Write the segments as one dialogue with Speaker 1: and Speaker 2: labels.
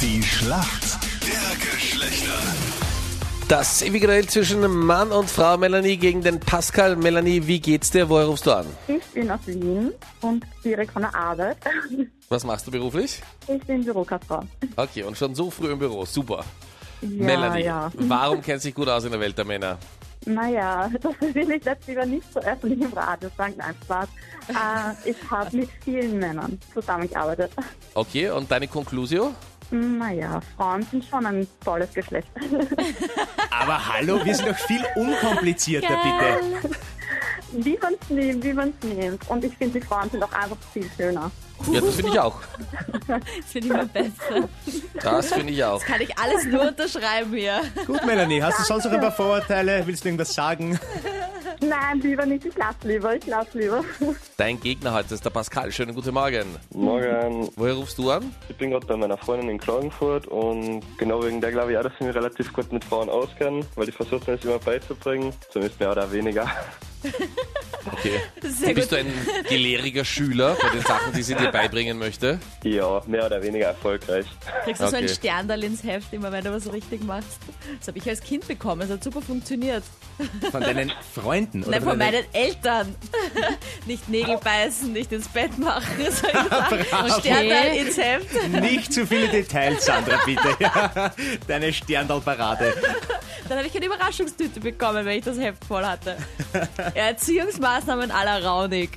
Speaker 1: Die Schlacht der Geschlechter.
Speaker 2: Das ewige Duell zwischen Mann und Frau Melanie gegen den Pascal. Melanie, wie geht's dir? Woher rufst du an?
Speaker 3: Ich bin aus Wien und direkt von der Arbeit.
Speaker 2: Was machst du beruflich?
Speaker 3: Ich bin Bürokauffrau.
Speaker 2: Okay, und schon so früh im Büro. Super.
Speaker 3: Ja,
Speaker 2: Melanie,
Speaker 3: ja.
Speaker 2: warum kennst du dich gut aus in der Welt der Männer?
Speaker 3: Naja, das will ich jetzt lieber nicht so öffentlich im Radio sagen. Nein, Spaß. Äh, ich habe mit vielen Männern zusammengearbeitet.
Speaker 2: Okay, und deine Conclusio?
Speaker 3: Naja, Frauen sind schon ein tolles Geschlecht.
Speaker 4: Aber hallo, wir sind doch viel unkomplizierter, bitte.
Speaker 3: Wie man es nimmt, wie man es nimmt. Und ich finde, die Frauen sind auch einfach viel schöner.
Speaker 2: Ja, das finde ich auch.
Speaker 5: Das wird immer besser.
Speaker 2: Das finde ich auch.
Speaker 5: Kann ich alles nur unterschreiben hier.
Speaker 4: Gut, Melanie, hast du sonst noch ein paar Vorurteile? Willst du irgendwas sagen?
Speaker 3: Nein, lieber nicht. Ich lasse lieber. Ich lasse lieber.
Speaker 2: Dein Gegner heute ist der Pascal. Schönen guten Morgen.
Speaker 6: Morgen,
Speaker 2: Woher rufst du an?
Speaker 6: ich bin gerade bei meiner Freundin in Klagenfurt und genau wegen der glaube ich auch, dass ich mich relativ gut mit Frauen auskennen, weil ich versuche es immer beizubringen, zumindest mehr oder weniger.
Speaker 2: Okay.
Speaker 5: Sehr
Speaker 2: Bist du ein gelehriger Schüler bei den Sachen, die sie dir beibringen möchte?
Speaker 6: Ja, mehr oder weniger erfolgreich.
Speaker 5: Kriegst du so
Speaker 2: Okay.
Speaker 5: einen Sterndal ins Heft, immer wenn du was richtig machst. Das habe ich als Kind bekommen, es hat super funktioniert.
Speaker 4: Von deinen Freunden?
Speaker 5: Nein, von meinen Eltern. Nicht Nägel beißen, nicht ins Bett machen, sondern Sterndal ins Heft.
Speaker 4: Nicht zu viele Details, Sandra, bitte. Ja, Deine Sterndal-Parade.
Speaker 5: Dann habe ich eine Überraschungstüte bekommen, wenn ich das Heft voll hatte. Erziehungsmaßnahmen aller Raunig.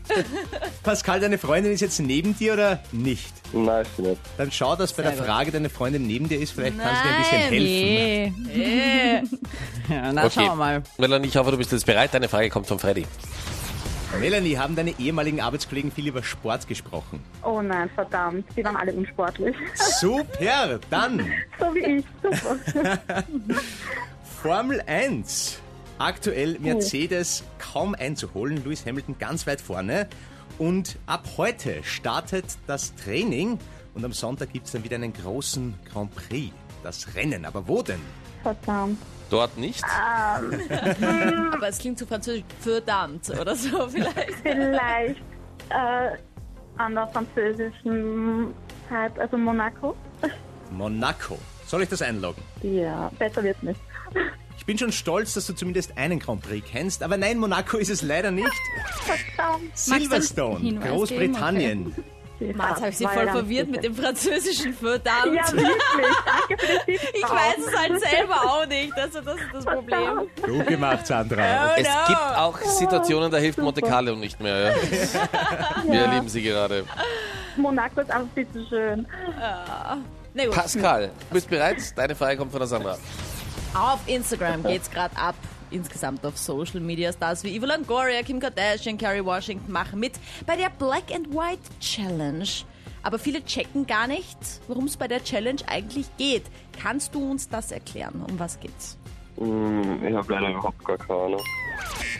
Speaker 4: Pascal, deine Freundin ist jetzt neben dir oder nicht?
Speaker 6: Nein, ich bin nicht.
Speaker 4: Dann schau, dass bei der Frage deine Freundin neben dir ist. Vielleicht kannst du dir ein bisschen helfen.
Speaker 5: Nein. Äh.
Speaker 2: Na, okay. schauen wir mal. Melanie, ich hoffe, du bist jetzt bereit. Deine Frage kommt von Freddy.
Speaker 4: Melanie, haben deine ehemaligen Arbeitskollegen viel über Sport gesprochen?
Speaker 3: Oh nein, verdammt. Die waren alle unsportlich.
Speaker 4: Super, dann
Speaker 3: So wie ich. Super.
Speaker 4: Formel 1. Aktuell Mercedes kaum einzuholen, Lewis Hamilton ganz weit vorne. Und ab heute startet das Training und am Sonntag gibt es dann wieder einen großen Grand Prix. Das Rennen, aber wo denn?
Speaker 3: Verdammt.
Speaker 2: Dort nicht?
Speaker 5: Aber es klingt zu französisch verdammt oder so vielleicht.
Speaker 3: Vielleicht äh, an der französischen Halb, also Monaco.
Speaker 4: Monaco. Soll ich das einloggen?
Speaker 3: Ja, besser wird's nicht.
Speaker 4: Ich bin schon stolz, dass du zumindest einen Grand Prix kennst, aber nein, Monaco ist es leider nicht. Silverstone,
Speaker 7: Hinweis
Speaker 4: Großbritannien.
Speaker 5: Ah, Jetzt habe ich sie voll verwirrt mit dem französischen verdammt.
Speaker 3: Ja, wirklich. Danke für den Tipp.
Speaker 5: Ich weiß es halt selber auch nicht. Also das ist das Problem.
Speaker 4: Gut gemacht, Sandra.
Speaker 5: Oh
Speaker 2: Es
Speaker 5: no.
Speaker 2: gibt auch Situationen, da hilft Monte Carlo nicht mehr. Ja. Wir erleben sie gerade.
Speaker 3: Monaco ist einfach viel zu schön.
Speaker 5: Na gut.
Speaker 2: Pascal, du bist bereit? Deine Frage kommt von der Sandra.
Speaker 5: Auf Instagram geht's gerade ab. Insgesamt auf Social Media Stars wie Eva Longoria, Kim Kardashian, Kerry Washington machen mit bei der Black and White Challenge. Aber viele checken gar nicht, worum es bei der Challenge eigentlich geht. Kannst du uns das erklären? Um was geht's?
Speaker 6: Hm, ich habe leider überhaupt gar keine Ahnung.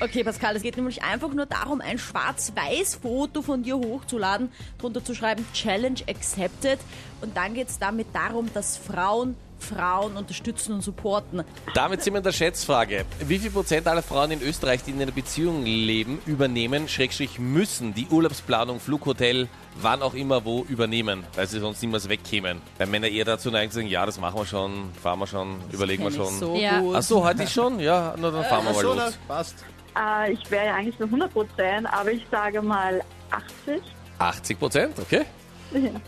Speaker 5: Okay, Pascal, es geht nämlich einfach nur darum, ein schwarz-weiß Foto von dir hochzuladen, drunter zu schreiben Challenge accepted. Und dann geht's damit darum, dass Frauen Frauen unterstützen und supporten.
Speaker 2: Damit sind wir in der Schätzfrage. Wie viel Prozent aller Frauen in Österreich, die in einer Beziehung leben, übernehmen, schrägstrich müssen die Urlaubsplanung, Flughotel, wann auch immer wo übernehmen, weil sie sonst niemals wegkämen? Weil Männer eher dazu neigen zu sagen, ja, das machen wir schon, fahren wir schon, überlegen wir
Speaker 5: Kenn ich
Speaker 2: schon.
Speaker 5: So
Speaker 7: Ja.
Speaker 5: gut.
Speaker 2: Ach so, heute ist schon? Ja, na, dann fahren wir mal
Speaker 4: So, na,
Speaker 2: los.
Speaker 4: passt.
Speaker 3: Äh, ich wäre ja eigentlich nur 100 Prozent, aber ich sage mal 80.
Speaker 2: 80 Prozent, okay.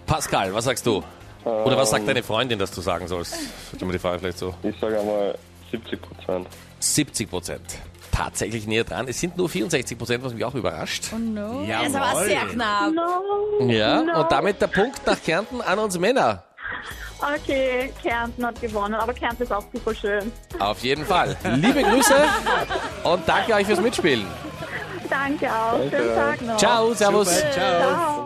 Speaker 2: Pascal, was sagst du? Oder was sagt deine Freundin, dass du sagen sollst? Stell mir die Frage vielleicht so.
Speaker 6: Ich sage einmal 70 Prozent.
Speaker 2: 70 Prozent. Tatsächlich näher dran. Es sind nur 64 Prozent, was mich auch überrascht.
Speaker 5: Ja, es war sehr knapp.
Speaker 3: No.
Speaker 2: Ja,
Speaker 3: no.
Speaker 2: und damit der Punkt nach Kärnten an uns Männer.
Speaker 3: Okay, Kärnten hat gewonnen, aber Kärnten ist auch super schön.
Speaker 2: Auf jeden Fall. Liebe Grüße und danke euch fürs Mitspielen.
Speaker 3: Danke auch. Schönen Tag noch.
Speaker 2: Ciao, Servus.
Speaker 4: Super, ciao.
Speaker 3: Ciao.